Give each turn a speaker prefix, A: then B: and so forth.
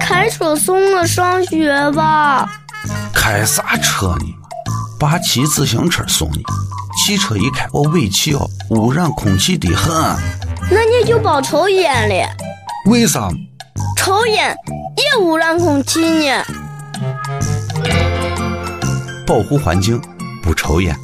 A: 开车送我上学吧。
B: 开啥车呢？爸骑自行车送你，汽车一开我尾气哦，污染空气的很。
A: 那你就别抽烟了，
B: 为啥？
A: 抽烟也污染空气呢。
B: 保护环境，不抽烟。